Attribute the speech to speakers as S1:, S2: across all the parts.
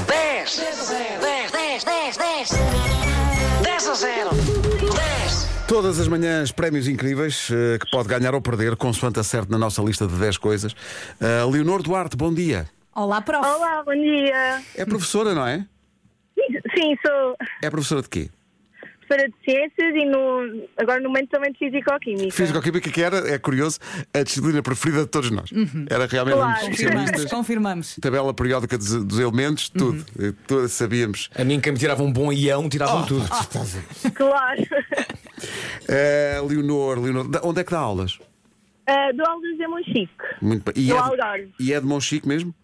S1: 10, 10, 10, 10, 10, 10 a 0. 10.
S2: Todas as manhãs, prémios incríveis eh, que pode ganhar ou perder, consoante acerte na nossa lista de 10 coisas. Ah, Leonor Duarte, bom dia.
S3: Olá, prof.
S4: Olá, bom dia.
S2: É professora, não é?
S4: Sim, sou
S2: É professora de quê?
S4: professora de ciências e no, agora no momento também de fisicoquímica.
S2: Físico-química, que era, é curioso, a disciplina preferida de todos nós. Era realmente um dos
S4: Uhum. Claro. Uhum.
S2: especialistas.
S3: Confirmamos, confirmamos.
S2: Tabela periódica dos, dos elementos, tudo. Eh, tudo sabíamos.
S5: A mim, quem me tirava um bom ião,
S2: Oh.
S5: tirava me tudo.
S4: Claro.
S2: Ah, Leonor, Leonor, da- onde é que dá aulas?
S4: Ah, do Alves de Monchique.
S2: Muito bem. E,
S4: No
S2: é, de,
S4: Algarve.
S2: e é de Monchique mesmo?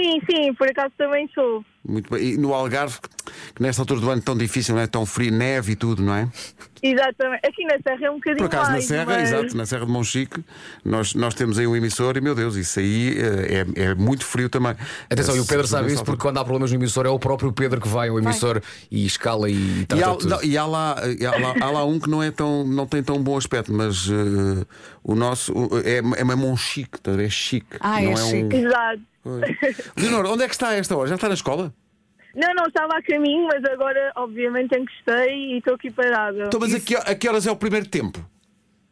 S4: Sim, sim, por acaso também sou.
S2: Muito bem. E no Algarve, que nesta altura do ano tão difícil, não é? Tão frio, neve e tudo, não é?
S4: Exatamente. Aqui na Serra é um bocadinho
S2: Por acaso na
S4: mais,
S2: Serra,
S4: mas...
S2: exato, na Serra de Monchique, nós, nós temos aí um emissor e, meu Deus, isso aí eh, é, é muito frio também.
S5: Atenção,
S2: Eh,
S5: e o Pedro sabe
S2: nessa
S5: isso porque
S2: altura.
S5: quando há problemas no emissor é o próprio Pedro que vai ao emissor e escala e
S2: E
S5: trata
S2: há,
S5: tudo.
S2: não, e há lá, e há lá, há lá um que não, é tão, não tem tão bom aspecto, mas eh, o nosso o- é, é mamão chique, tá? é chique.
S3: Ah,
S2: não
S3: é chique.
S4: Exato.
S2: Um... Leonor, onde é que está esta hora? Já está na escola?
S4: Não, não, estava a caminho, mas agora obviamente encostei e estou aqui parada.
S2: Então, mas a que, a que horas é o primeiro tempo?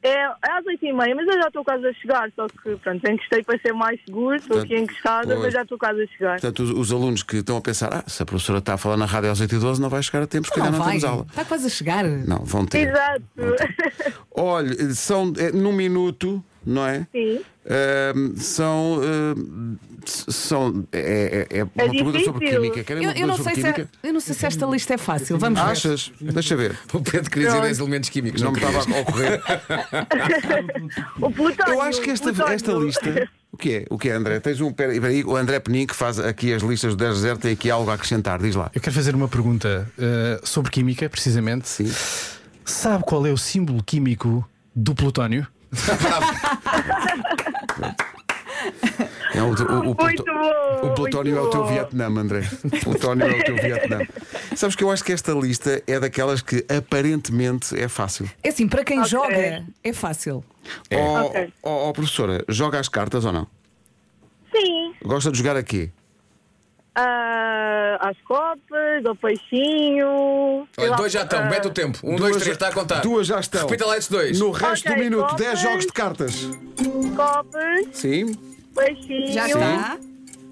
S4: É, é às oito e meia, mas eu já estou quase a chegar, só que pronto, encostei para ser mais seguro, estou aqui
S2: Portanto,
S4: encostada,
S2: pois.
S4: mas já estou quase a chegar.
S2: Portanto, os, os alunos que estão a pensar, ah, se a professora está a falar na rádio às 8 e 12 não vai chegar a tempo, porque ainda não
S3: vai.
S2: temos aula.
S3: Está Tá quase a chegar.
S2: Não, vão ter.
S4: Exato.
S2: Olha, são eh, num minuto, não é?
S4: Sim.
S2: Ahm, são. ahm, s- são é, é- é uma pergunta
S4: difícil.
S2: sobre química. Querem
S3: Eu,
S2: uma
S3: eu
S2: pergunta
S3: não
S2: sobre
S3: sei se é-
S2: química?
S3: eu não sei se esta lista é fácil. Vamos ver.
S2: Achas? Deixa ver.
S5: O Pedro queria dizer 10 elementos químicos.
S2: Não me
S5: queria.
S2: estava a ocorrer.
S4: O Plutónio.
S2: Eu acho que esta,
S4: Plutónio.
S2: esta lista. O que é? O que é, André? Tens um. Peraí, peraí, o André Penin, que faz aqui as listas do 10 0 tem aqui algo a acrescentar. Diz lá.
S6: Eu quero fazer uma pergunta eh, sobre química, precisamente.
S2: Sim.
S6: Sabe qual é o símbolo químico do plutónio?
S2: É o, o, o, Pluto-
S4: Muito bom,
S2: o Plutónio é
S4: muito
S2: o teu
S4: bom.
S2: Vietnã, André. O Plutónio é o teu Vietnã. Sabes que eu acho que esta lista é daquelas que aparentemente é fácil.
S3: É assim, para quem
S4: Ok.
S3: joga, é fácil.
S2: Ó
S4: Ok.
S2: ó, ó, professora, joga as cartas ou não?
S4: Sim.
S2: Gosta de jogar aqui?
S4: Ah, às copas, ao peixinho. sei
S5: Olha,
S4: lá,
S5: dois já estão,
S4: ah,
S5: mete o tempo. Um, dois,
S2: tá
S5: três, está a contar.
S2: Duas já estão.
S5: Repita lá esses dois.
S2: No resto
S4: Ok,
S2: do minuto, 10
S4: copas.
S2: jogos de cartas.
S4: Copas,
S2: Sim,
S4: peixinho.
S3: Já está?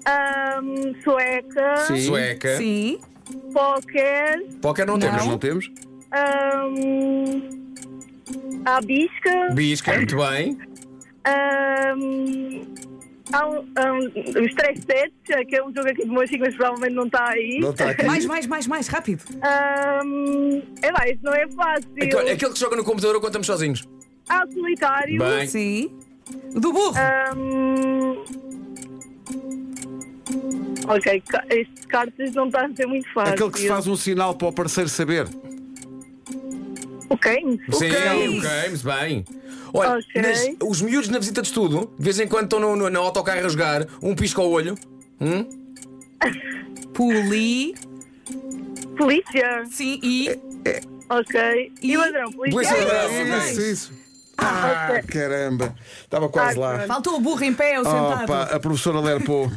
S4: ahm, sueca.
S2: sim.
S5: Sueca.
S3: Sim.
S4: Póquer.
S5: Póquer não,
S2: Mas
S5: temos.
S2: não temos?
S4: ahm, à bisca.
S5: Bisca, muito bem.
S4: ahm, há um, ahm, os três sets, que é um jogo aqui de Mochico, mas provavelmente não está aí.
S2: Não está tá aqui.
S3: Mais, mais, mais, mais, rápido.
S4: Ahm, é lá, isso não é fácil.
S5: Então, olha, aquele que joga no computador ou quando estamos sozinhos.
S4: Há o solitário.
S5: Bem.
S3: Sim. Do burro.
S2: Ah.
S4: Ahm, Ok, ca- este cartas não está a ser muito fácil.
S2: Aquele que se faz um sinal para o parceiro saber.
S4: O quem?
S5: Sim,
S3: Ok.
S5: ok, muito bem. Olha,
S4: Ok.
S5: nas- os miúdos na visita de estudo, de vez em quando estão no, no, no autocarro a jogar, um pisca o olho. Hum?
S3: Poli.
S4: Polícia.
S3: Sim.
S2: É.
S3: E.
S4: Ok. E,
S3: E-
S4: ladrão, polícia.
S5: Polícia
S2: Ah,
S5: ladrão.
S3: Ai,
S2: Isso, isso. Ah, caramba. Estava quase
S4: Ah,
S2: lá.
S4: pronto.
S3: Faltou o burro em pé ou sentado.
S2: Opa, a professora Lerpou.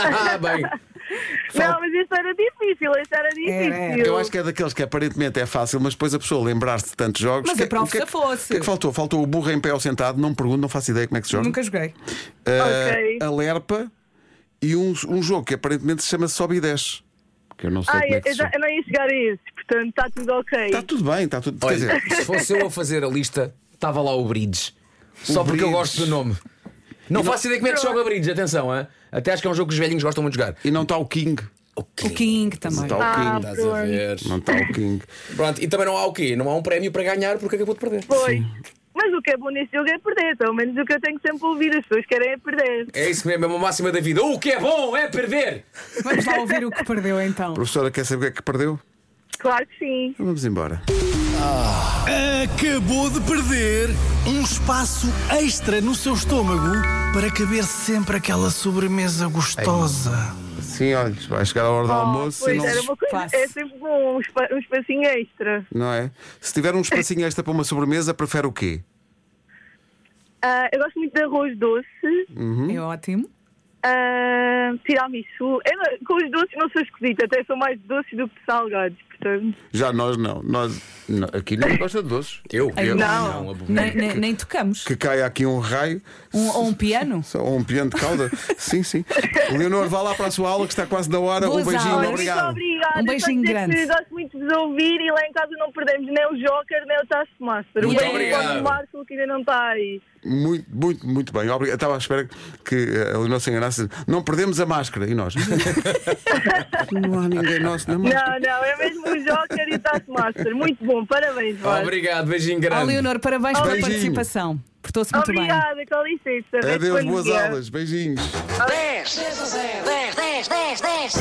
S5: Ah, bem.
S4: Não, mas isso era difícil, isso era difícil.
S3: era.
S2: Eu acho que é daqueles que aparentemente é fácil, mas depois a pessoa lembrar-se de tantos jogos.
S3: Mas
S2: que-
S3: a prof
S2: o que é
S3: se
S2: que-
S3: fosse.
S2: O que é que faltou? Faltou o burro em pé ou sentado, não me pergunto, não faço ideia como é que se joga.
S3: Nunca joguei.
S2: Uh,
S4: Ok.
S2: a Lerpa e um, um jogo que aparentemente se chama Sobe e Desce. Que eu não sei
S4: Ai,
S2: como é
S4: Ah, eu,
S2: que se Tá
S4: já- eu não ia chegar a isso, portanto está tudo ok.
S2: Está tudo bem, está tudo. Quer
S5: Olha,
S2: dizer,
S5: se fosse eu a fazer a lista, estava lá o Bridge. Só
S2: O
S5: porque eu
S2: Bridge.
S5: gosto do nome. Não faço ideia como é que se joga Bridge, atenção, hã? até acho que é um jogo que os velhinhos gostam muito de jogar.
S2: e não está o King.
S3: O King também.
S2: Está o
S4: Ah.
S2: King.
S5: Estás a ver.
S2: Não está o King.
S5: Pronto, e também não há o quê? Não há um prémio para ganhar porque acabou de perder.
S4: Pois. Mas o que é bom neste jogo é perder, pelo menos o que eu tenho sempre a ouvir, as pessoas querem é perder.
S5: É isso mesmo, é uma máxima da vida. O que é bom é perder!
S3: Vamos lá ouvir o que perdeu então.
S2: Professora, quer saber o que é que perdeu?
S4: Claro que sim.
S2: Então Vamos embora.
S7: Acabou de perder um espaço extra no seu estômago para caber sempre aquela sobremesa gostosa.
S2: Sim, olha, vai chegar a hora do almoço e
S4: Oh, pois
S2: não,
S4: era uma coisa,
S3: Espaço.
S4: é sempre bom, um, espa, um espacinho extra.
S2: não é? Se tiver um espacinho extra para uma sobremesa, prefere o quê?
S4: Ah, eu gosto muito de arroz doce.
S2: Uhum.
S3: É ótimo.
S4: Ahm, Ah, tiramisu. Eu não- com os doces não sou esquisita, até sou mais doce do que salgados, portanto.
S2: Já nós não. Nós, não. Aqui ninguém gosta de doces.
S5: Eu? Eu?
S4: não.
S5: abominável.
S3: Nem, nem- nem tocamos.
S2: Que caia aqui um raio.
S3: Um, ou um piano.
S2: Só um piano de cauda. sim, sim. Leonor, vá lá para a sua aula que está quase na hora.
S3: Boas
S2: um beijinho,
S3: aulas.
S4: Muito
S2: obrigado.
S4: obrigada.
S3: Um beijinho
S4: Só dizer que
S3: grande.
S4: Gosto muito de vos ouvir e lá em casa não perdemos nem o Joker, nem o Taskmaster. Um
S3: Muito
S4: beijo para
S5: obrigado.
S4: o Marco que ainda não está aí.
S2: Muito, muito, muito bem. Obrigado. Estava à espera que eh, a Leonor se enganasse. Não perdemos a máscara. E nós? não há ninguém nosso na máscara.
S4: Não, não, é mesmo o Joker e o Taskmaster. Muito bom, parabéns, Vasco.
S5: Obrigado, beijinho
S3: Ó,
S5: grande.
S3: Leonor, parabéns pela
S2: Beijinho.
S3: participação. Portou-se muito bem.
S4: Obrigada, com licença. Resto
S2: Adeus,
S4: bom
S2: boas
S4: dia.
S2: aulas. Beijinhos.
S1: 10 a 0. 10, 10, 10, 10.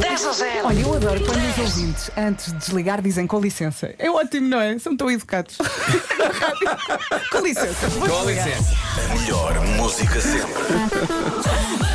S1: 10 a 0.
S3: Olha, eu adoro quando os ouvintes, antes de desligar, dizem com licença. É ótimo, não é? São tão educados. com licença. vou
S5: Com
S3: desligar.
S5: licença.
S8: Melhor música sempre.